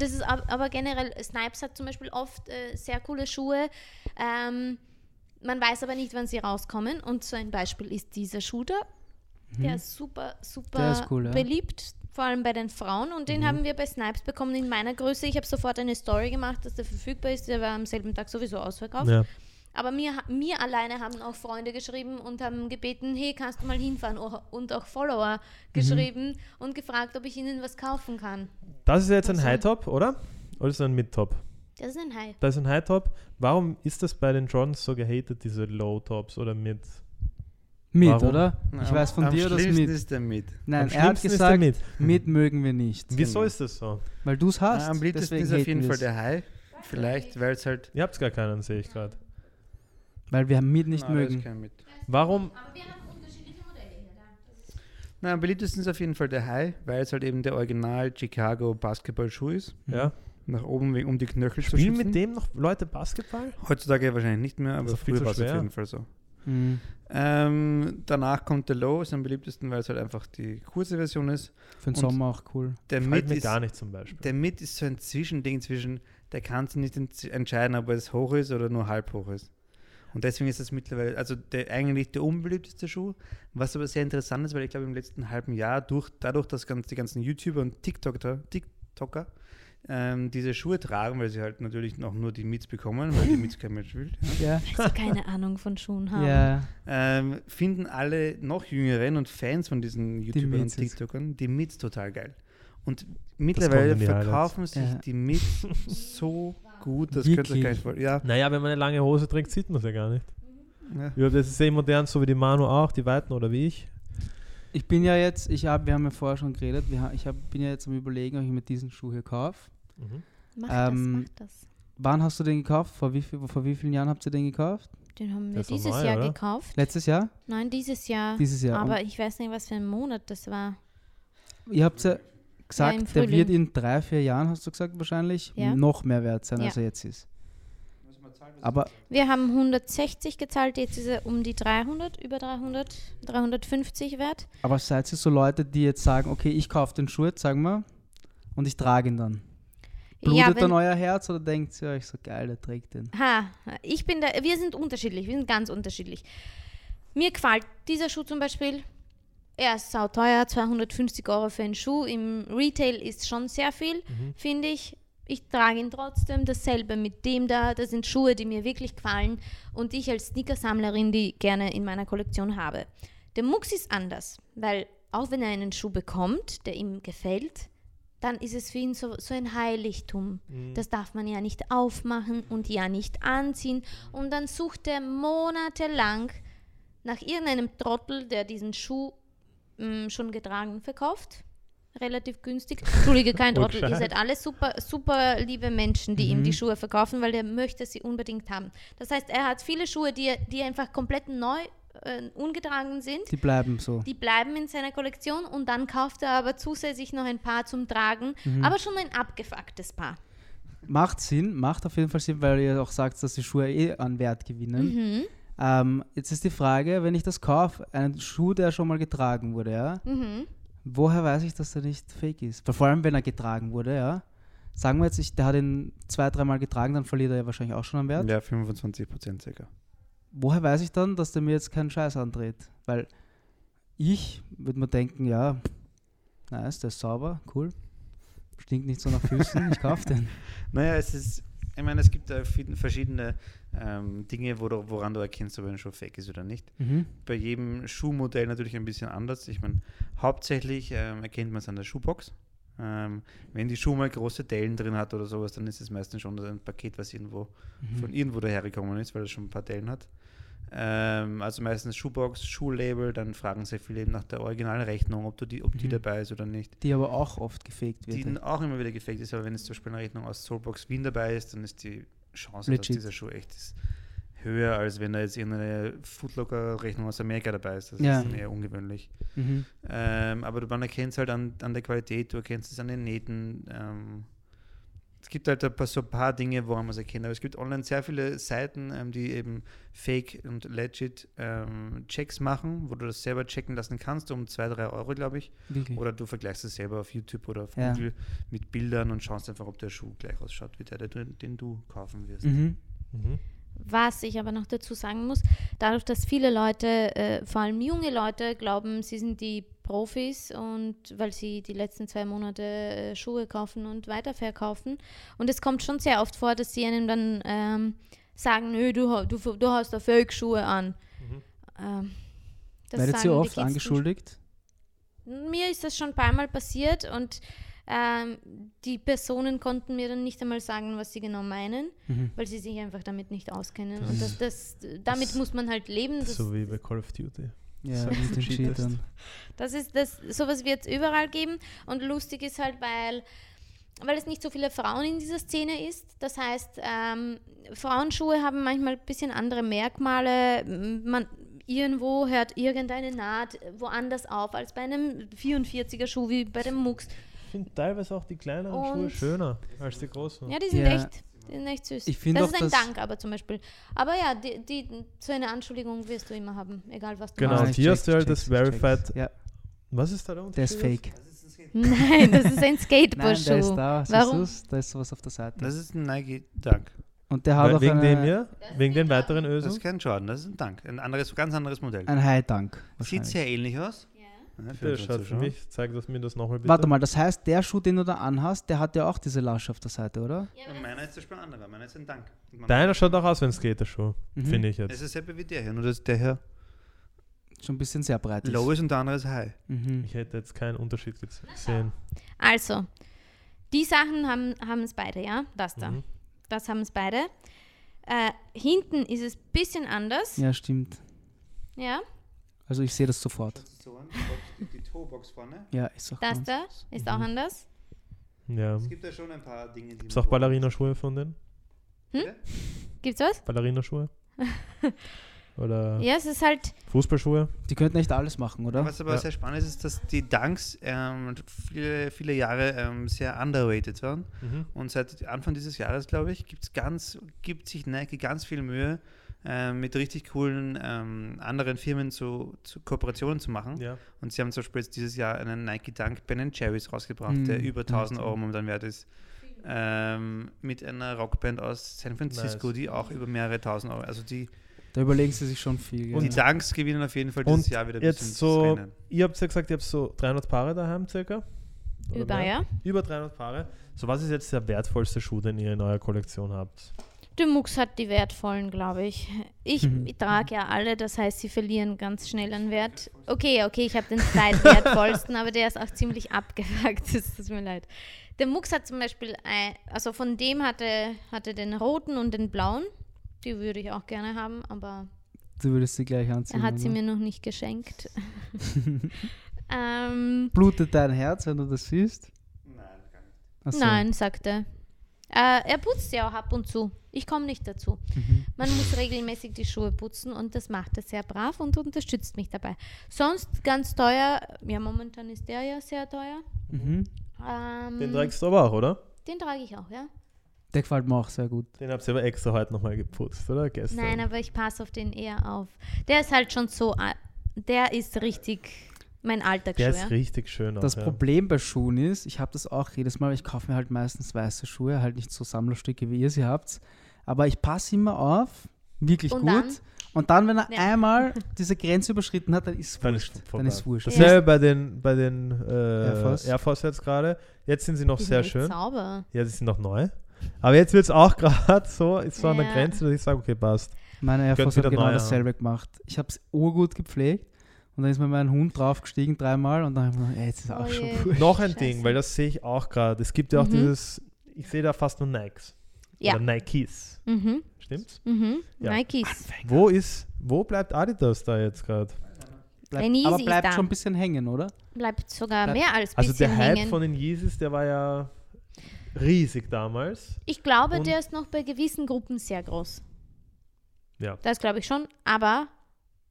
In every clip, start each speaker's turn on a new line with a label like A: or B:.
A: Das ist ab- aber generell, Snipes hat zum Beispiel oft äh, sehr coole Schuhe. Ähm, man weiß aber nicht, wann sie rauskommen. Und so ein Beispiel ist dieser Schuh da. Der ist super, super
B: Mhm. Der ist cool, ja. Mhm.
A: beliebt, vor allem bei den Frauen. Und den haben wir bei Snipes bekommen in meiner Größe. Ich habe sofort eine Story gemacht, dass der verfügbar ist. Der war am selben Tag sowieso ausverkauft.
C: Ja.
A: Aber mir, ha- mir alleine haben auch Freunde geschrieben und haben gebeten, hey, kannst du mal hinfahren? Och- Und auch Follower
B: Mhm.
A: geschrieben und gefragt, ob ich ihnen was kaufen kann.
C: Das ist jetzt ein
A: Ach so.
C: High-Top, oder? Oder ist das ein Mid-Top?
A: Das ist ein High.
C: Das ist ein High-Top. Warum ist das bei den Jordans so gehatet, diese Low-Tops oder Mid?
B: Mit,
C: Warum?
B: oder? Ich
D: Am-
B: weiß von
D: am
B: dir, dass
D: schlimmsten
B: mit.
D: ist der mit.
B: Nein,
C: Am
B: er hat
C: schlimmsten ist der
B: gesagt, mit. mögen wir nicht.
C: Wieso ist das so?
B: Weil du es hast.
D: Ah, am liebsten
B: deswegen
D: ist auf
B: haten
D: jeden
B: wir's.
D: Fall der High. Vielleicht, weil es halt.
C: Ihr habt gar keinen, sehe ich gerade.
B: Weil wir mit nicht
D: Nein, da ist
B: mögen.
D: kein mit.
B: Um
C: Warum?
A: Aber wir haben unterschiedliche Modelle hier.
D: Nein, am beliebtesten ist auf jeden Fall der High, weil es halt eben der Original Chicago Basketballschuh ist.
B: Mhm.
C: Ja.
D: Nach oben, we- um die Knöchel zu
C: Spielen
D: schützen.
C: mit dem noch Leute Basketball?
D: Heutzutage wahrscheinlich nicht mehr, aber
C: ist doch viel
D: früher
C: zu
D: war es auf
C: schwer.
D: jeden Fall so.
B: Mhm.
D: Ähm, danach kommt der Low, ist am beliebtesten, weil es halt einfach die kurze Version ist.
B: Für den
D: Und-
B: Sommer auch cool.
D: Der
C: Fällt
D: Mid
C: mir
D: ist,
C: gar nicht zum Beispiel.
D: der Mid ist so ein Zwischending zwischen, der kann sich nicht ents- entscheiden, ob es hoch ist oder nur halb hoch ist. Und deswegen ist das mittlerweile, also der, eigentlich der unbeliebteste Schuh, was aber sehr interessant ist, weil ich glaube im letzten halben Jahr, durch, dadurch, dass ganz, die ganzen YouTuber und TikToker, TikToker ähm, diese Schuhe tragen, weil sie halt natürlich noch nur die Mids bekommen, weil die Mids kein Mensch will.
B: Ja.
A: Weil sie keine Ahnung von Schuhen haben.
B: Ja.
D: ähm, finden alle noch Jüngeren und Fans von diesen YouTubern und
B: Mids jetzt.
D: TikTokern die Mids total geil. Und mittlerweile
C: in die Highlights.
D: verkaufen sich
B: Ja.
D: die Mids so gut, das könnt ihr euch gar nicht vorstellen. Ja,
C: Naja, wenn man eine lange Hose trägt, sieht man es ja gar nicht.
D: ja.
C: Ja, das ist sehr modern, so wie die Manu auch, die Weiten oder wie ich.
B: Ich bin ja jetzt, ich hab, wir haben ja vorher schon geredet, wir, ha- ich hab, bin ja jetzt am überlegen, ob ich mir diesen Schuh hier kaufe.
A: Mhm. Mach
B: Ähm,
A: das, mach das.
B: Wann hast du den gekauft? Vor wie, viel, vor wie vielen Jahren habt ihr den gekauft?
A: Den haben wir
C: das ist
A: dieses
C: normal,
A: Jahr
C: oder?
A: gekauft.
B: Letztes Jahr?
A: Nein, dieses Jahr.
B: Dieses Jahr. um
A: Aber ich weiß nicht, was für ein Monat das war.
B: Und ihr habt ja gesagt,
A: im
B: der wird
A: Frühling.
B: in drei, vier Jahren, hast du gesagt, wahrscheinlich
A: Ja.
B: noch mehr wert sein,
A: Ja.
B: als er jetzt ist. Aber
A: Wir haben 160 gezahlt, jetzt ist er um die 300, über 300, 350 wert.
B: Aber seid ihr so Leute, die jetzt sagen, okay, ich kaufe den Schuh, jetzt, sagen wir, und ich trage ihn dann? Blutet
A: ja,
B: dann
A: wenn,
B: euer Herz oder denkt ihr euch so geil, der trägt den?
A: ha, ich bin da, wir sind unterschiedlich, wir sind ganz unterschiedlich. Mir gefällt dieser Schuh zum Beispiel. Er ist sauteuer, 250 Euro für einen Schuh. Im Retail ist schon sehr viel, finde ich. Ich trage ihn trotzdem dasselbe mit dem da. Das sind Schuhe, die mir wirklich gefallen und ich als Sneakersammlerin die gerne in meiner Kollektion habe. Der Mux ist anders, weil auch wenn er einen Schuh bekommt, der ihm gefällt, dann ist es für ihn so, so ein Heiligtum. Das darf man ja nicht aufmachen und ja nicht anziehen. Und dann sucht er monatelang nach irgendeinem Trottel, der diesen Schuh mm, schon getragen verkauft. Relativ günstig. Entschuldige, kein
C: Oh,
A: Trottel. Ihr
C: gescheit.
A: seid Halt alle super, super liebe Menschen, die ihm die Schuhe verkaufen, weil der möchte sie unbedingt haben. Das heißt, er hat viele Schuhe, die, er- die einfach komplett neu, äh, ungetragen sind.
B: Die bleiben so.
A: Die bleiben in seiner Kollektion und dann kauft er aber zusätzlich noch ein paar zum Tragen, aber schon ein abgefucktes Paar.
B: Macht Sinn, macht auf jeden Fall Sinn, weil ihr auch sagt, dass die Schuhe eh an Wert
A: Mhm.
B: gewinnen. Ähm, jetzt ist die Frage, wenn ich das kaufe, einen Schuh, der schon mal getragen wurde, ja,
A: Mhm.
B: woher weiß ich, dass der nicht fake ist? Weil Vor allem, wenn er getragen wurde, ja. Sagen wir jetzt, ich, der hat ihn zwei, dreimal getragen, dann verliert er ja wahrscheinlich auch schon an Wert.
D: ja 25 Prozent circa.
B: woher weiß ich dann, dass der mir jetzt keinen Scheiß andreht? Weil ich würde mir denken, ja, nice, der ist sauber, cool. Stinkt nicht so nach Füßen, ich kaufe den.
D: Naja, es ist, ich meine, es gibt da viel- verschiedene ähm, Dinge, wo du, woran du erkennst, ob ein Schuh fake ist oder nicht.
B: Mhm.
D: Bei jedem Schuhmodell natürlich ein bisschen anders. Ich meine, hauptsächlich ähm, erkennt man es an der Schuhbox. Ähm, wenn die Schuhe mal große Dellen drin hat oder sowas, dann ist es meistens schon ein Paket, was irgendwo
B: Mhm.
D: von irgendwo dahergekommen ist, weil es schon ein paar Dellen hat. Ähm, also meistens Schuhbox, Schuhlabel, dann fragen sehr viele eben nach der Originalrechnung, ob, du die, ob die
B: Mhm.
D: dabei ist oder nicht.
B: Die aber auch oft gefaked wird.
D: Die auch immer wieder gefaked ist, aber wenn es zum Beispiel eine Rechnung aus Soulbox Wien dabei ist, dann ist die Chance,
B: Legit.
D: dass dieser Schuh echt ist, höher, als wenn da jetzt irgendeine Foodlocker-Rechnung aus Amerika dabei ist. Das
B: Ja.
D: ist dann eher ungewöhnlich.
B: Mhm.
D: Ähm, aber du- man erkennt es halt an, an der Qualität, du erkennst es an den Nähten. Ähm, Es gibt halt ein paar, so ein paar Dinge, woran man es erkennt. Aber es gibt online sehr viele Seiten, ähm, die eben Fake und Legit ähm, Checks machen, wo du das selber checken lassen kannst, um 2, 3 Euro, glaube ich.
B: Wirklich.
D: Oder du vergleichst es selber auf YouTube oder auf
B: Hm. Ja.
D: Google mit Bildern und schaust einfach, ob der Schuh gleich ausschaut wie der, der du- den du kaufen wirst.
B: Mhm.
C: Mhm.
A: Was ich aber noch dazu sagen muss, dadurch, dass viele Leute, äh, vor allem junge Leute, glauben, sie sind die Profis und weil sie die letzten zwei Monate äh, Schuhe kaufen und weiterverkaufen. Und es kommt schon sehr oft vor, dass sie einem dann ähm, sagen, Nö, du, ha- du, du hast da Fake-Schuhe an. Ähm, das sagen
B: Werdet ihr
A: die
B: oft
A: Kids nicht.
B: angeschuldigt?
A: Mir ist das schon ein paar Mal passiert und ähm, die Personen konnten mir dann nicht einmal sagen, was sie genau meinen,
B: Mhm.
A: weil sie sich einfach damit nicht auskennen.
C: Das
A: und das,
C: ist-
A: das, damit
C: das-
A: muss man halt leben. Das,
C: So wie bei Call of Duty.
B: Ja,
C: Sagst
B: mit
C: du
B: den
C: Cheaters?
B: Cheatern.
A: das ist das, sowas wird es überall geben. Und lustig ist halt, weil, weil es nicht so viele Frauen in dieser Szene ist. Das heißt, ähm, Frauenschuhe haben manchmal ein bisschen andere Merkmale. M- Man, irgendwo hört irgendeine Naht woanders auf als bei einem 44er Schuh wie bei dem Mucks.
C: Ich finde teilweise auch die kleineren
A: Und-
C: Schuhe schöner als die großen.
A: Ja, die sind
B: Ja.
A: echt. Die sind echt süß.
B: Ich finde
A: das
B: auch,
A: ist ein
B: dass-
A: Dank aber zum Beispiel. Aber ja, die, die, so eine Anschuldigung wirst du immer haben, egal was du
C: Genau,
B: Ah,
A: machst.
B: ich
C: hier hast du
B: check's,
C: halt das
B: ich check's, ich
C: Verified-
B: check's. Ja,
C: Was ist da der
B: der
C: Unterschied?
B: ist fake.
A: Nein, das ist ein
B: Nein,
A: Skateboard-Schuh.
B: der ist da. Siehst
A: Warum?
B: du's? Da ist sowas auf der Seite.
D: Das ist ein Nike Dunk.
B: Und der hat
C: Weil,
B: auch
C: wegen
B: eine,
C: dem hier? Wegen den weiteren
D: Das
C: Ösen?
D: ist kein Jordan, das ist ein Dunk. Ein anderes, ganz anderes Modell.
B: Also? ein High-Dunk.
D: Sieht sehr ähnlich aus. Ja, für
C: Bitte,
D: unsere
C: Schatz, für
D: Zuschauer.
C: mich, zeig das mir das nochmal bitte.
B: Warte mal, das heißt, der Schuh, den du da anhast, der hat ja auch diese Lasche auf der Seite, oder?
D: Ja, meiner ist zum Beispiel ein anderer, meiner ist ein Dank.
C: Deiner schaut auch aus wie ein Skaterschuh,
B: Mhm.
C: finde ich jetzt.
D: Es ist selber wie der hier, nur dass der hier
B: Schon ein bisschen sehr breit. Ist.
D: low ist und der andere ist high.
B: Mhm.
C: Ich hätte jetzt keinen Unterschied gez- gesehen.
A: Also, die Sachen haben es beide, ja? Das da.
C: Mhm.
A: Das haben es beide. Äh, hinten ist es ein bisschen anders. Ja.
B: Ja, stimmt. Also ich sehe das sofort.
D: So, die Box- die Toebox vorne.
B: Ja, ist auch
A: Das
B: ganz-
A: da ist auch
C: Mhm.
A: anders.
C: Ja.
D: gibt ja schon ein paar Dinge, die.
C: Gibt es auch Ballerina-Schuhe von denen?
A: Gibt's was?
C: Ballerina-Schuhe? Oder
A: Ja, es ist halt.
C: Fußballschuhe?
B: Die könnten echt alles machen, oder?
D: Was aber
C: Ja.
D: sehr spannend ist, ist, dass die Dunks ähm, viele, viele Jahre ähm, sehr underrated waren.
C: Mhm.
D: Und seit Anfang dieses Jahres, glaube ich, gibt's ganz, gibt sich Nike ganz viel Mühe, ähm, mit richtig coolen ähm, anderen Firmen zu, zu Kooperationen zu machen.
C: Mhm. Ja.
D: Und sie haben zum Beispiel jetzt dieses Jahr einen Nike Dunk Ben Cherries rausgebracht,
B: Mhm.
D: der über 1000
B: Ja.
D: Euro momentan wert ist. Ähm, mit einer Rockband aus San Francisco,
C: Nice.
D: die auch über mehrere tausend Euro. Also die,
B: Da überlegen sie sich schon viel.
D: die
B: Und
D: Dunks gewinnen auf jeden Fall dieses
C: Und
D: Jahr wieder ein bisschen
C: jetzt so,
D: das Rennen.
C: ihr habt ja gesagt, ihr habt so 300 Paare daheim circa? Oder
A: Über,
C: mehr?
A: ja?
C: Über 300 Paare. So, was ist jetzt der wertvollste Schuh, den ihr in eurer Kollektion habt?
A: Der Mux hat die wertvollen, glaube ich. Ich
B: Mhm.
A: trage ja alle, das heißt, sie verlieren ganz schnell an Wert. Okay, okay, ich habe den zweitwertvollsten, aber der ist auch ziemlich abgefuckt, es tut mir leid. Der Mux hat zum Beispiel, ein, also von dem hatte, hatte den roten und den blauen. Die würde ich auch gerne haben, aber
B: du würdest sie gleich anziehen.
A: er hat sie
B: oder?
A: mir noch nicht geschenkt. ähm,
B: Blutet dein Herz, wenn du das siehst? Ach so.
A: Nein, sagt er. Äh, er putzt ja auch ab und zu. Ich komme nicht dazu.
B: Mhm.
A: Man muss regelmäßig die Schuhe putzen und das macht er sehr brav und unterstützt mich dabei. Sonst ganz teuer, ja momentan ist der ja sehr teuer.
B: Mhm.
A: Ähm,
C: Den trägst du aber auch, oder?
A: den trage ich auch, ja.
B: Der gefällt mir auch sehr gut.
C: Den habt ihr aber extra heute nochmal geputzt, oder? Gestern.
A: Nein, aber ich passe auf den eher auf. Der ist halt schon so, a- der ist richtig mein
C: Der
A: Alltagsschuh.
C: ist
A: Ja.
C: richtig schön.
B: Das
C: auch, ja.
B: Problem bei Schuhen ist, ich habe das auch jedes Mal, ich kaufe mir halt meistens weiße Schuhe, halt nicht so Sammlerstücke, wie ihr sie habt, aber ich passe immer auf, wirklich
A: Und
B: gut.
A: dann?
B: Und dann, wenn er
A: Nee.
B: einmal diese Grenze überschritten hat, dann ist
C: Dann
B: wurscht.
C: ist vorbei.
B: Dann ist wurscht. Also
C: Dasselbe bei den, bei den äh,
B: Air
C: Air,
B: Force.
C: Force. jetzt gerade. Jetzt sind sie noch
A: Die sind
C: sehr
A: echt
C: schön.
A: Sauber.
C: Ja, sie sind noch neu. Aber jetzt wird es auch gerade so, ist so an der
A: Ja.
C: Grenze, dass ich sage, okay, passt.
B: Meine Air
C: Gehört
B: Force hat
C: wieder
B: genau
C: neu, ja.
B: dasselbe gemacht. Ich habe es urgut gepflegt und dann ist mir mein Hund draufgestiegen dreimal und dann habe ich mir gedacht, ey, jetzt ist auch
A: Oh
B: schon
A: je.
B: wurscht.
C: Noch ein
A: Scheiße.
C: Ding, weil das sehe ich auch gerade. Es gibt ja auch
A: Mhm.
C: dieses, ich sehe da fast nur Nikes.
A: Ja.
C: Oder Nikes.
A: Mhm,
C: Stimmt's?
A: mhm.
C: Ja.
A: Nikes.
C: Wo ist, wo bleibt Adidas da jetzt gerade?
B: Bleibt-
A: Ein Yeezy
B: aber
A: ist
B: bleibt
A: da. Hm?
B: schon ein bisschen hängen, oder?
A: Bleibt sogar
B: Bleib-
A: mehr als
C: Also
A: bisschen
C: der Hype
A: hängen.
C: von den Yeezys, der war ja riesig damals.
A: Ich glaube,
C: Und-
A: der ist noch bei gewissen Gruppen sehr groß.
C: Ja.
A: Das glaube ich schon, aber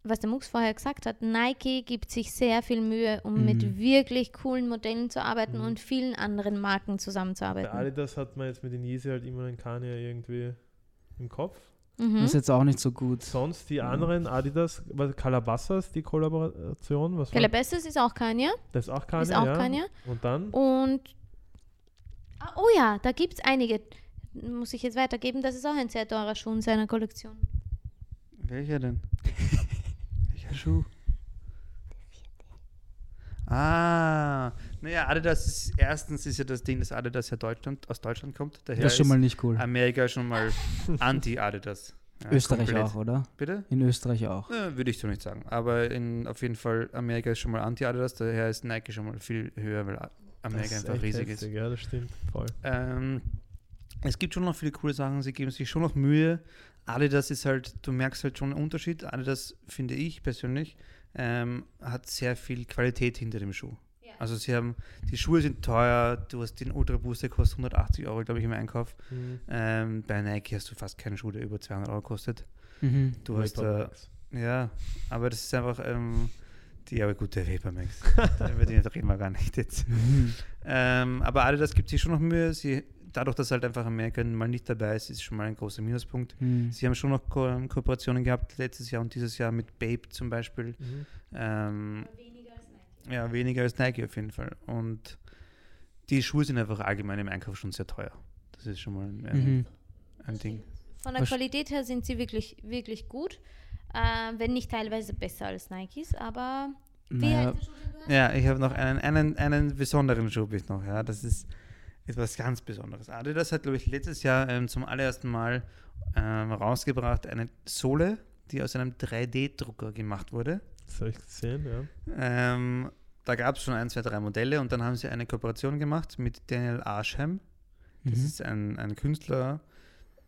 A: was der Mux vorher gesagt hat, Nike gibt sich sehr viel Mühe, um
B: Mhm.
A: mit wirklich coolen Modellen zu arbeiten
C: Mhm.
A: und vielen anderen Marken
C: Bei
A: zusammenzuarbeiten.
C: Adidas hat man jetzt mit den Yeezy halt immer einen Kanye irgendwie im Kopf.
A: Mhm.
B: Ist jetzt auch nicht so gut.
C: Sonst die
B: Mhm.
C: anderen Adidas, was Calabasas, die Kollaboration, was war
A: Calabasas ist auch Kanye.
C: das? Ist auch Kanye,
A: Ist auch Oh.
C: ja.
A: Kanye.
C: Und dann
A: Und ah, oh ja, da gibt es einige. Muss ich jetzt weitergeben, das ist auch ein sehr teurer Schuh in seiner Kollektion.
D: Welcher denn? Welcher Schuh? Ah, naja, Adidas ist erstens ist ja das Ding, dass Adidas ja Deutschland, aus Deutschland kommt. Daher
B: Das ist schon mal nicht cool.
D: Amerika schon mal anti-Adidas. Ja,
B: Österreich
D: komplett.
B: auch, oder?
D: Bitte?
B: In Österreich auch.
D: Äh, Würde ich so nicht sagen. Aber in, auf jeden Fall, Amerika ist schon mal anti-Adidas, daher ist Nike schon mal viel höher, weil A-
C: Das
D: Amerika
C: ist
D: einfach
C: echt
D: riesig ist.
C: heftig, Ja, das stimmt. Voll.
D: Ähm, es gibt schon noch viele coole Sachen, sie geben sich schon noch Mühe. Adidas ist halt, du merkst halt schon einen Unterschied. Adidas, finde ich persönlich, ähm, hat sehr viel Qualität hinter dem Schuh. Also sie haben, die Schuhe sind teuer, du hast den Ultra Boost, der kostet 180 Euro, glaube ich, im Einkauf.
C: Mhm.
D: Ähm, bei Nike hast du fast keinen Schuh, der über 200 Euro kostet.
B: Mhm.
D: Du hast, äh,
C: Vapormax.
D: ja, aber das ist einfach, ähm, die, aber gut, der Vapormax, über den reden wir gar nicht jetzt.
B: Mhm.
D: Ähm, aber Adidas gibt sich schon noch Mühe. Sie, dadurch, dass halt einfach Amerika mal nicht dabei ist, ist schon mal ein großer Minuspunkt.
B: Mhm.
D: Sie haben schon noch Ko ähm, Kooperationen gehabt letztes Jahr und dieses Jahr mit Babe zum Beispiel.
C: Mhm.
D: Ähm, ja, weniger als Nike auf jeden Fall. Und die Schuhe sind einfach allgemein im Einkauf schon sehr teuer. Das ist schon mal ein, ein,
B: Mhm.
D: ein Ding.
A: Von der
B: Was-
A: Qualität her sind sie wirklich, wirklich gut. Äh, wenn nicht teilweise besser als Nikes, aber wie
B: Naja,
A: heißt der Schuh, den du hast?
D: Ja, ich habe noch einen, einen, einen besonderen Schuh bis noch. Ja, das ist etwas ganz Besonderes. Adidas hat, glaube ich, letztes Jahr ähm, zum allerersten Mal ähm, rausgebracht eine Sohle, die aus einem 3D-Drucker gemacht wurde.
C: Das habe ich gesehen, ja.
D: Ähm, da gab es schon ein, zwei, drei Modelle und dann haben sie eine Kooperation gemacht mit Daniel Arsham. Das
B: mhm.
D: ist ein, ein Künstler,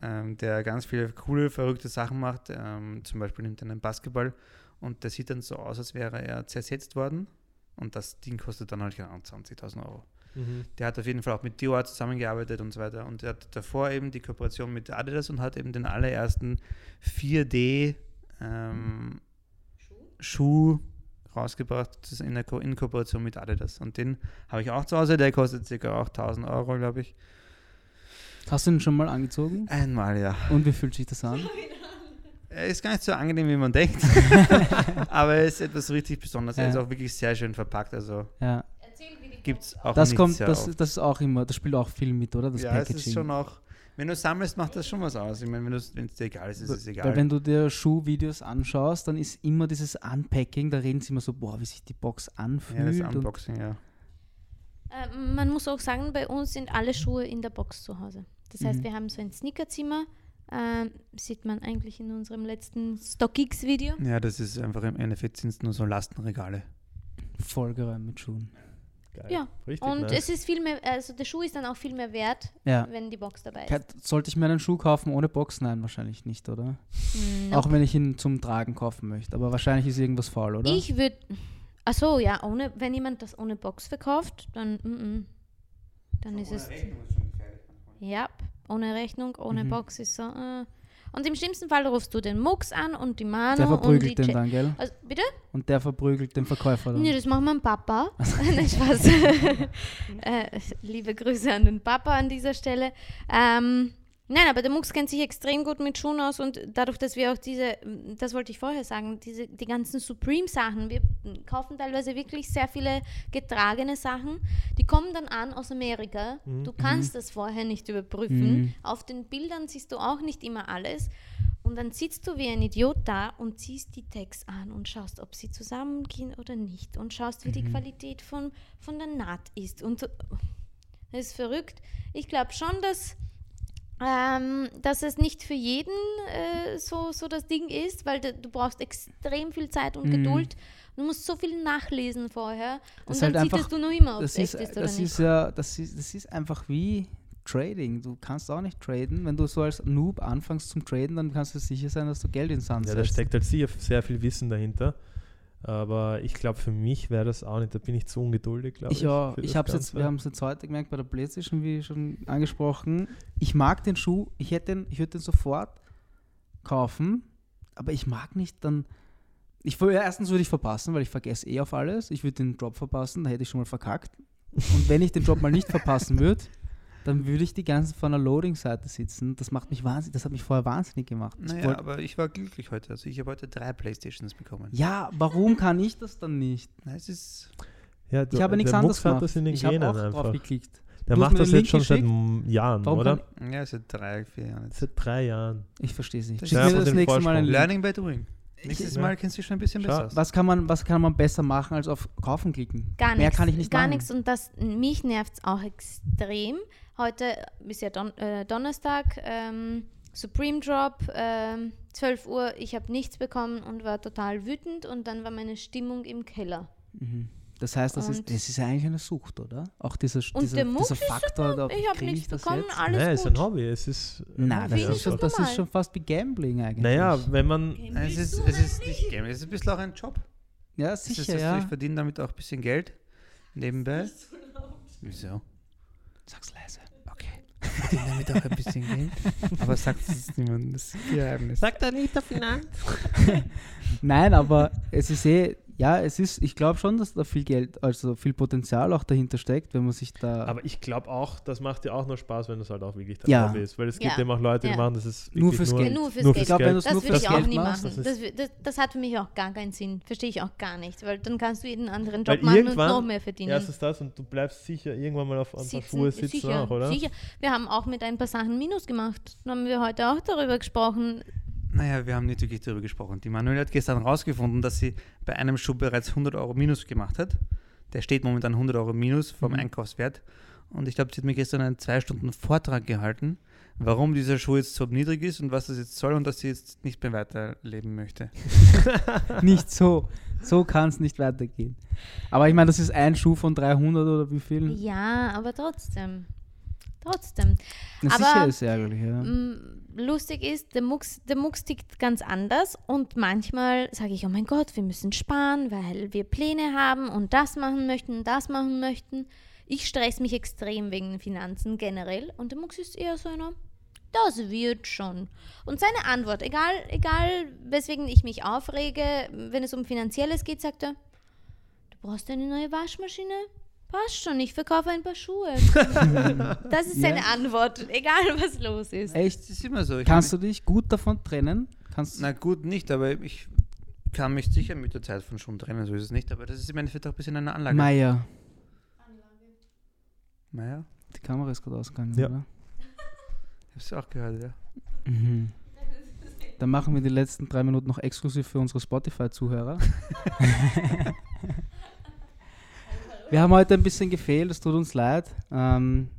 D: ähm, der ganz viele coole, verrückte Sachen macht. Ähm, zum Beispiel nimmt er einen Basketball und der sieht dann so aus, als wäre er zersetzt worden. Und das Ding kostet dann halt genau 20.000 Euro.
C: Mhm.
D: Der hat auf jeden Fall auch mit Dior zusammengearbeitet und so weiter. Und er hat davor eben die Kooperation mit Adidas und hat eben den allerersten 4D ähm, Schuh rausgebracht das ist in, der Ko in Kooperation mit Adidas. Und den habe ich auch zu Hause. Der kostet circa auch 1000 Euro, glaube ich.
B: Hast du ihn schon mal angezogen?
D: Einmal, ja.
B: Und wie fühlt sich das an?
D: Er Äh, ist gar nicht so angenehm, wie man denkt. Aber er ist etwas richtig Besonderes. Er ist
B: Ja.
D: auch wirklich sehr schön verpackt. Also
B: Ja.
D: gibt es auch
B: Das
D: nicht
B: kommt,
D: sehr
B: das,
D: oft.
B: das ist auch immer, das spielt auch viel mit, oder? Das
D: ja,
B: Packaging.
D: es ist schon auch. Wenn du sammelst, macht das schon was aus. Ich meine, wenn es dir egal ist, ist es egal.
B: Weil wenn du dir Schuhvideos anschaust, dann ist immer dieses Unpacking, da reden sie immer so, boah, wie sich die Box
D: ja,
B: anfühlt.
D: das
B: und
D: Unboxing, ja.
A: Äh, man muss auch sagen, bei uns sind alle Schuhe in der Box zu Hause. Das heißt,
B: Mhm.
A: wir haben so ein Sneakerzimmer. Ähm, sieht man eigentlich in unserem letzten StockX-Video.
D: Ja, das ist einfach im Endeffekt sind es nur so Lastenregale.
B: vollgeräumt mit Schuhen.
C: Geil.
A: Ja,
C: Richtig
A: Und
C: nice.
A: es ist viel mehr, also der Schuh ist dann auch viel mehr wert,
B: Ja.
A: wenn die Box dabei ist.
B: Ke- Sollte ich mir einen Schuh kaufen ohne Box? Nein, wahrscheinlich nicht, oder?
A: Mm,
B: Auch wenn ich ihn zum Tragen kaufen möchte. Aber wahrscheinlich ist irgendwas faul, oder?
A: Ich würde. Achso, ja, ohne, wenn jemand das ohne Box verkauft, dann. Mm -mm. Dann ist es. Ja, ohne Rechnung, ohne
B: Mhm.
A: Box ist so. Äh. Und im schlimmsten Fall rufst du den Mux an und die Manu
B: der
A: und die
B: verprügelt den
A: Ja-
B: dann, gell?
A: Also, bitte?
B: Und der verprügelt den Verkäufer dann.
A: Nee, das macht mein Papa. Nein, Spaß. äh, liebe Grüße an den Papa an dieser Stelle. Ähm, nein, aber der Mux kennt sich extrem gut mit Schuhen aus und dadurch, dass wir auch diese, das wollte ich vorher sagen, diese, die ganzen Supreme-Sachen, wir kaufen teilweise wirklich sehr viele getragene Sachen, die kommen dann an aus Amerika. Du kannst das vorher nicht überprüfen.
B: Mhm.
A: Auf den Bildern siehst du auch nicht immer alles. Und dann sitzt du wie ein Idiot da und ziehst die Tags an und schaust, ob sie zusammengehen oder nicht. Und schaust, wie die Qualität von, von der Naht ist. Und so- das ist verrückt. Ich glaube schon, dass, ähm, dass es nicht für jeden äh, so, so das Ding ist, weil du, du brauchst extrem viel Zeit und
B: Mhm.
A: Geduld. Du musst so viel nachlesen vorher.
B: Das
A: Und
B: ist
A: dann
B: halt einfach-
A: siehst du nur immer, ob es
B: das
A: Genau, echt
B: ist,
A: ist oder
B: das
A: nicht.
B: ist ja, das ist, das ist einfach wie Trading. Du kannst auch nicht traden. Wenn du so als Noob anfängst zum Traden, dann kannst du sicher sein, dass du Geld ins Sand
C: Ja, da
B: setzt.
C: steckt halt sehr, sehr viel Wissen dahinter. Aber ich glaube, für mich wäre das auch nicht, da bin ich zu ungeduldig, glaube ich.
B: ich ja,
C: für
B: ich
C: das
B: hab's jetzt,
C: Ganze.
B: wir haben es jetzt heute gemerkt bei der PlayStation, wie schon angesprochen. Ich mag den Schuh, ich hätte den, ich würde den sofort kaufen, aber ich mag nicht dann Ich würde erstens würde ich verpassen, weil ich vergesse eh auf alles. Ich würde den Job verpassen, da hätte ich schon mal verkackt. Und wenn ich den Job mal nicht verpassen würde, dann würde ich die ganze von der Loading-Seite sitzen. Das macht mich wahnsinnig, das hat mich vorher wahnsinnig gemacht. Ich
D: Naja,
B: wollt-
D: aber ich war glücklich heute. Also ich habe heute drei Playstations bekommen.
B: ja, warum kann ich das dann nicht?
D: Na, es ist
C: Ja, du,
B: Ich habe
C: der
B: nichts
C: Mucks
B: anderes
C: hat
B: gemacht.
C: das in den
B: ich habe
C: Genen
B: auch drauf
C: einfach.
B: geklickt.
C: Der
B: Du hast mir
C: macht das
B: den
C: jetzt schon
B: Link
C: seit
B: geschickt.
C: mm, Jahren,
B: Warum
C: oder?
B: kann
D: ja es sind drei, vier Jahre. jetzt.
C: Seit drei Jahren.
B: Ich verstehe es nicht.
D: Das
B: Schick
D: ist
B: mir
D: ja
B: das
C: von den
B: nächste Mal einen Link.
D: Learning by doing. Nächstes
C: Ja.
D: Mal kennst du dich schon ein bisschen
C: Schau.
D: besser aus.
B: Was kann, man, was kann man besser machen als auf Kaufen klicken?
A: Gar
B: Mehr
A: nichts.
B: kann ich nicht
A: Gar
B: machen.
A: nichts. Und das, mich nervt es auch extrem. Heute ist ja Don äh, Donnerstag, ähm, Supreme Drop, ähm, 12 Uhr. Ich habe nichts bekommen und war total wütend. Und dann war meine Stimmung im Keller.
B: Mhm. Das heißt, das ist,
A: Und-
B: das ist eigentlich eine Sucht, oder? Auch dieser,
A: Und
B: dieser,
A: der Mucks
B: dieser
A: ist
B: Faktor,
A: super.
B: da
A: Ich habe
B: kriege
A: nichts
B: ich das
A: bekommen.
B: jetzt.
A: Alles
C: naja,
A: gut.
C: ist ein Hobby. Es ist. ein
B: Nein, das
A: Finde
B: ist,
A: ich
B: schon,
A: ganz
B: das ist
A: normal.
B: schon fast wie Gambling eigentlich.
C: Naja, wenn man.
D: Nein, Es ist, es ist nicht Game, es ist ein bisschen auch ein Job.
B: Ja,
D: Es ist,
B: sicher,
D: dass du- also, Ich
B: ja.
D: verdiene damit auch ein bisschen Geld nebenbei. Wieso?
B: Sag's leise.
D: Okay. Ich verdiene damit auch ein bisschen Geld. Aber sagt es niemandem, das ist ein Geheimnis.
E: Sagt er nicht der Finanz?
B: Nein, aber es ist eh, ja, es ist, ich glaube schon, dass da viel Geld, also viel Potenzial auch dahinter steckt, wenn man sich da
C: Aber ich glaube auch, das macht dir auch nur Spaß, wenn das halt auch wirklich dein
B: Ja.
C: Hobby ist. Weil es
A: Ja.
C: gibt eben auch Leute, die
A: Ja.
C: machen das ist
B: Nur
C: wirklich
B: fürs Geld.
A: Nur fürs
C: nur
A: Geld.
C: fürs
B: Ich glaub, wenn
C: Geld.
B: du's-
A: Das
B: nur
A: würde
B: fürs
A: ich auch
B: Geld
A: nie
B: machst,
A: machen. Das,
C: das
A: das, das hat für mich auch gar keinen Sinn. Verstehe ich auch gar nicht. Weil dann kannst du jeden anderen
C: Weil
A: Job machen und
C: irgendwann-
A: noch mehr verdienen.
C: Erstens das und du bleibst sicher irgendwann mal auf ein paar Schuhe sitzen
A: sicher,
C: auch, oder?
A: Sicher. Wir haben auch mit ein paar Sachen Minus gemacht. Dann haben wir heute auch darüber gesprochen.
D: Naja, wir haben nicht wirklich darüber gesprochen. Die Manuela hat gestern rausgefunden, dass sie bei einem Schuh bereits 100 Euro Minus gemacht hat. Der steht momentan 100 Euro Minus vom
B: Mhm.
D: Einkaufswert. Und ich glaube, sie hat mir gestern einen zwei Stunden Vortrag gehalten, warum dieser Schuh jetzt so niedrig ist und was das jetzt soll und dass sie jetzt nicht mehr weiterleben möchte.
B: nicht so, so kann es nicht weitergehen. Aber ich meine, das ist ein Schuh von 300 oder wie
C: Hm.
B: viel?
A: Ja, aber trotzdem. Trotzdem.
B: Na,
A: Aber-
B: sicher ist ärgerlich, ja.
A: Mm, Lustig ist, der Mucks, der Mucks tickt ganz anders und manchmal sage ich, oh mein Gott, wir müssen sparen, weil wir Pläne haben und das machen möchten und das machen möchten. Ich stress mich extrem wegen den Finanzen generell und der Mucks ist eher so einer, das wird schon. Und seine Antwort, egal, egal weswegen ich mich aufrege, wenn es um Finanzielles geht, sagt er, du brauchst eine neue Waschmaschine? Passt schon, ich verkaufe ein paar Schuhe. das ist seine
B: Ja.
A: Antwort, egal was los ist.
B: Echt?
D: Das ist immer so. Ich
B: Kannst du dich gut davon trennen? Kannst
D: Na gut, nicht, aber ich kann mich sicher mit der Zeit von Schuhen trennen, so ist es nicht. Aber das ist im Endeffekt auch ein bisschen eine Anlage.
B: Meier,
D: Naja,
B: die Kamera ist gerade ausgegangen,
C: Ja.
B: oder?
D: ich hab's auch gehört, ja.
B: Mhm. Dann machen wir die letzten drei Minuten noch exklusiv für unsere Spotify-Zuhörer. wir haben heute ein bisschen gefehlt, es tut uns leid. Ähm,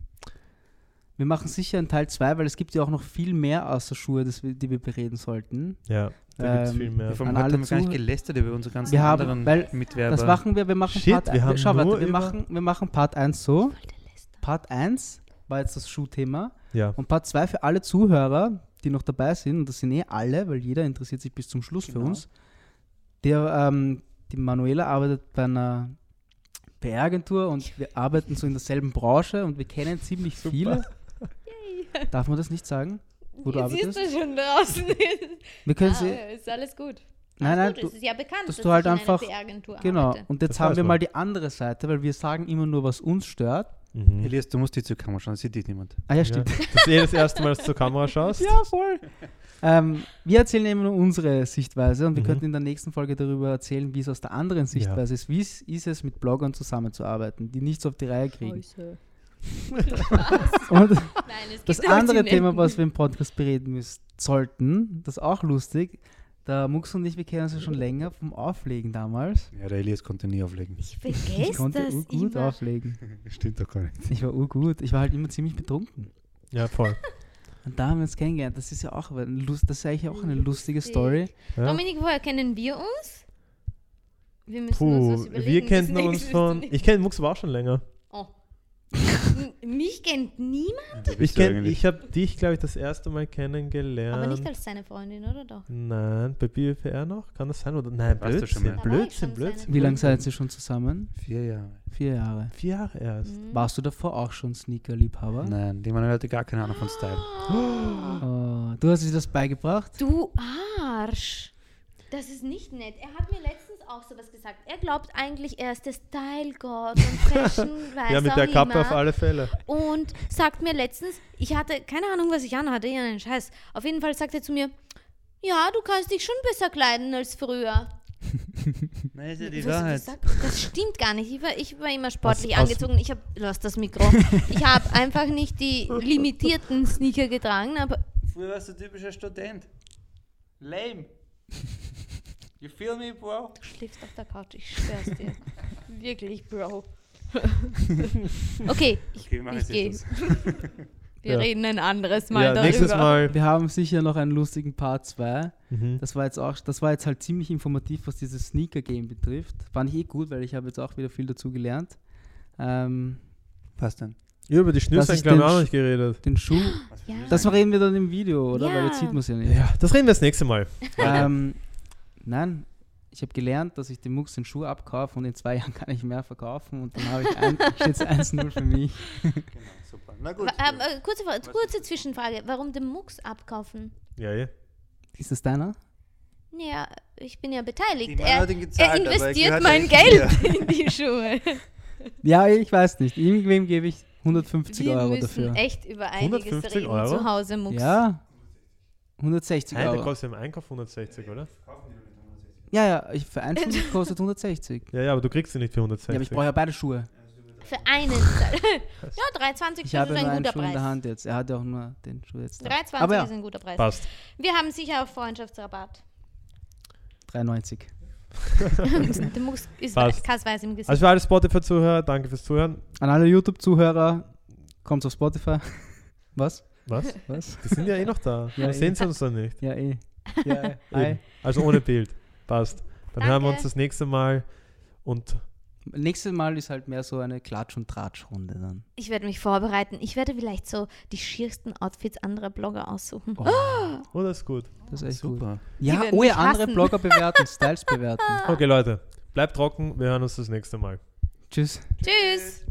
B: wir machen sicher einen Teil 2, weil es gibt ja auch noch viel mehr außer Schuhe, das wir, die wir bereden sollten.
C: Ja, da gibt's
B: Ähm,
C: viel mehr.
D: Wir vom
B: An
D: Hot
B: alle
D: haben wir gar nicht
B: Zuhö-
D: gelästert über unsere ganzen
B: Wir haben-
D: anderen
B: weil
D: Mitwerber.
B: das machen wir, wir machen
C: Shit,
B: Part
C: wir
B: 1.
C: haben
B: Schau, warte,
C: nur
B: wir
C: über-
B: machen, wir machen Part 1 so.
A: Voll der Lästerer.
B: Part 1 war jetzt das Schuhthema.
C: Ja.
B: Und Part 2 für alle Zuhörer, die noch dabei sind, und das sind eh alle, weil jeder interessiert sich bis zum Schluss für
D: Genau.
B: uns. Der, ähm, die Manuela arbeitet bei einer PR-Agentur und wir arbeiten so in derselben Branche und wir kennen ziemlich
C: Super.
B: viele. Darf man das nicht sagen? Wo du
A: Jetzt
B: arbeitest?
A: ist er schon draußen.
B: Wir können sie.
A: ah, ist alles gut.
B: Nein,
A: Ah, alles
B: nein,
A: gut,
B: du,
A: es ist ja bekannt,
B: dass
A: dass
B: du halt
A: ich in
B: einfach-
A: einer PR-Agentur
B: genau.
A: arbeite.
B: Und jetzt
C: Das
B: haben
C: weiß
B: wir
C: man.
B: mal die andere Seite, weil wir sagen immer nur, was uns stört.
C: Mhm.
D: Elias, du musst dich zur Kamera schauen, das sieht dich niemand.
B: Ah ja,
C: Ja.
B: stimmt.
C: Das ist eh das erste Mal, dass du zur Kamera schaust.
B: Ja, voll. ähm, wir erzählen eben nur unsere Sichtweise und wir
C: Mhm.
B: könnten in der nächsten Folge darüber erzählen, wie es aus der anderen Sichtweise ist. Wie es- ist es, mit Bloggern zusammenzuarbeiten, die nichts auf die
A: Oh,
B: Reihe kriegen?
A: Scheiße.
B: Und
A: Nein, es
B: das
A: gibt auch
B: andere
A: die
B: Thema,
A: Netten.
B: was wir im Podcast bereden müssen, sollten, das ist auch lustig, da Mux und ich, wir kennen uns ja schon länger vom Auflegen damals.
D: Ja, der Elias konnte nie auflegen.
A: Ich vergesse
B: ich konnte
A: das
B: urgut
A: immer.
B: auflegen.
D: Stimmt doch gar nicht.
B: Ich war urgut. Ich war halt immer ziemlich betrunken.
C: Ja, voll.
B: Und da haben wir uns kennengelernt. Das ist ja auch, aber ein Lust, das ist eigentlich auch eine lustige
A: Lustig.
B: Story.
C: Ja.
A: Dominik, woher kennen wir uns? Wir müssen uns
C: Puh,
A: was überlegen.
C: wir
A: das
C: kennen
A: nächste
C: uns
A: wirst du
C: von.
A: nicht-
C: Ich kenne Mux aber auch schon länger.
A: Oh. M- Mich kennt niemand,
C: Ich, kenn- ich habe dich, glaube ich, das erste Mal kennengelernt.
A: aber nicht als seine Freundin, oder doch?
C: Nein, bei BWPR noch? Kann das sein? Oder nein,
D: Warst du schon
C: Blödsinn,
A: Da
D: mal?
A: war ich
C: Blödsinn,
A: schon
C: Blödsinn.
A: seine-
B: Wie lange seid ihr schon zusammen?
D: Vier Jahre.
B: Vier Jahre.
C: Vier Jahre erst.
A: Mhm.
B: Warst du davor auch schon Sneaker-Liebhaber?
D: Nein, die Manuela hatte gar keine Ahnung von Style.
A: Ah,
B: Oh, du hast dir das beigebracht?
A: Du Arsch. Das ist nicht nett. Er hat mir letztens auch sowas gesagt. Er glaubt eigentlich, er ist der Style-God und fashion weiß
C: ja, mit
A: auch
C: der Kappe
A: immer.
C: auf alle Fälle.
A: Und sagt mir letztens, ich hatte keine Ahnung, was ich anhatte, ja, einen Scheiß. Auf jeden Fall sagt er zu mir, ja, du kannst dich schon besser kleiden als früher.
D: Nein, ist ja
A: Was
D: die
A: du
D: Wahrheit.
A: gesagt? Das stimmt gar nicht. Ich war, ich war immer sportlich
C: Aus- aus-
A: angezogen. Ich habe, lass das Mikro. Ich habe einfach nicht die limitierten Sneaker getragen, aber
D: Früher warst du typischer Student. Lame. You feel me, bro?
A: Du schläfst auf der Couch, ich schwör's dir. Wirklich, Bro. okay, ich,
D: Okay, wir machen
A: ich
D: jetzt
A: gehe.
D: nicht
A: Wir
C: Ja.
A: reden ein anderes Mal
C: Ja,
A: darüber.
C: nächstes Mal.
B: Wir haben sicher noch einen lustigen Part 2.
C: Mhm.
B: Das war jetzt auch, das war jetzt halt ziemlich informativ, was dieses Sneaker-Game betrifft. Fand ich eh gut, weil ich habe jetzt auch wieder viel dazu gelernt. Ähm,
D: Passt dann.
C: Über die Schnürsenkel haben
B: den
C: wir auch
B: Sch-
C: nicht geredet.
B: den Schuh.
A: Ja.
B: Das reden wir dann im Video, oder? Weil jetzt
A: Ja.
B: sieht man es ja nicht.
C: Ja, das reden wir das nächste Mal.
B: Ähm, nein, ich habe gelernt, dass ich dem Mucks den Schuh abkaufe und in zwei Jahren kann ich mehr verkaufen und dann habe ich ein, steht's 1-0 für mich.
D: Genau, super. Na gut.
A: Wa- ähm, äh, kurze, Fra- kurze Zwischenfrage. Warum den Mucks abkaufen?
C: Ja, ja.
B: Ist das deiner?
A: Naja, ich bin ja
D: Die
A: beteiligt.
D: Mama
A: Er,
D: hat ihn gezahlt,
A: er
D: aber
A: investiert
D: gehört
A: mein
D: ja
A: Geld
D: nicht
A: in die Schuhe.
B: Ja, ich weiß nicht. Irgendwem gebe ich 150
A: Wir
B: Euro
A: müssen
B: dafür.
A: echt über einiges
C: 150
A: reden
C: Euro?
A: zu Hause, Mucks.
B: Ja. 160
C: Nein, der
B: Euro.
C: kostet im Einkauf 160, oder?
B: Ja, ja, ich, für einen Schuh kostet 160.
C: Ja, ja, aber du kriegst sie nicht für
B: Ja, aber ich
C: 160.
B: brauche ja beide Schuhe.
A: Für einen. ja, 3,20
B: Ich
A: das
B: habe
A: ist
B: nur
A: ein
B: einen
A: guter
B: Schuh in der
A: Preis.
B: Hand jetzt. Er hat ja auch nur den Schuh jetzt. da.
A: 3,20
B: Aber ja,
A: ist ein guter Preis.
C: Passt.
A: Wir haben sicher auch Freundschaftsrabatt.
B: 3,90.
A: du musst, ist
C: Passt.
A: Kass weiß im Gesicht.
C: Also für alle Spotify-Zuhörer, danke fürs Zuhören.
B: An alle YouTube-Zuhörer, kommt auf Spotify. Was?
C: Was?
B: Was?
C: Die sind ja eh noch da.
B: Ja,
C: Ja,
B: eh.
C: sehen sie uns dann nicht.
B: Ja, eh. Ja, eh. Hi.
C: Eben. Also ohne Bild. Passt. Dann hören wir
A: Danke.
C: uns das nächste Mal und
B: Nächstes Mal ist halt mehr so eine Klatsch- und Tratsch-Runde dann.
A: ich werde mich vorbereiten. Ich werde vielleicht so die schiersten Outfits anderer Blogger aussuchen.
B: Oh,
C: oh, das ist gut.
B: das ist echt gut.
D: Super.
B: Ja,
A: werden
B: oh ja,
A: mich
B: andere
A: hassen.
B: Blogger bewerten, Styles bewerten.
A: Ah.
C: Okay, Leute, bleibt trocken. Wir hören uns das nächste Mal.
B: Tschüss.
A: Tschüss!